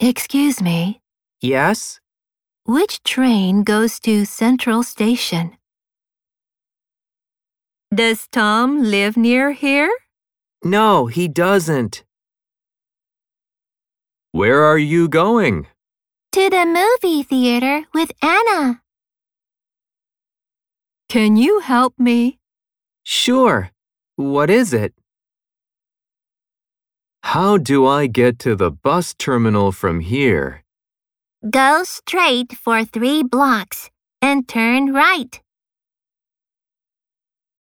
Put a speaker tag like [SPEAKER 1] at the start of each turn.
[SPEAKER 1] Excuse me,
[SPEAKER 2] Yes?
[SPEAKER 1] which train goes to Central Station? Does Tom live near here?
[SPEAKER 2] No, he doesn't. Where are you going?
[SPEAKER 1] To the movie theater with Anna. Can you help me?
[SPEAKER 2] Sure. What is it? How do I get to the bus terminal from here?
[SPEAKER 1] Go straight for three blocks and turn right.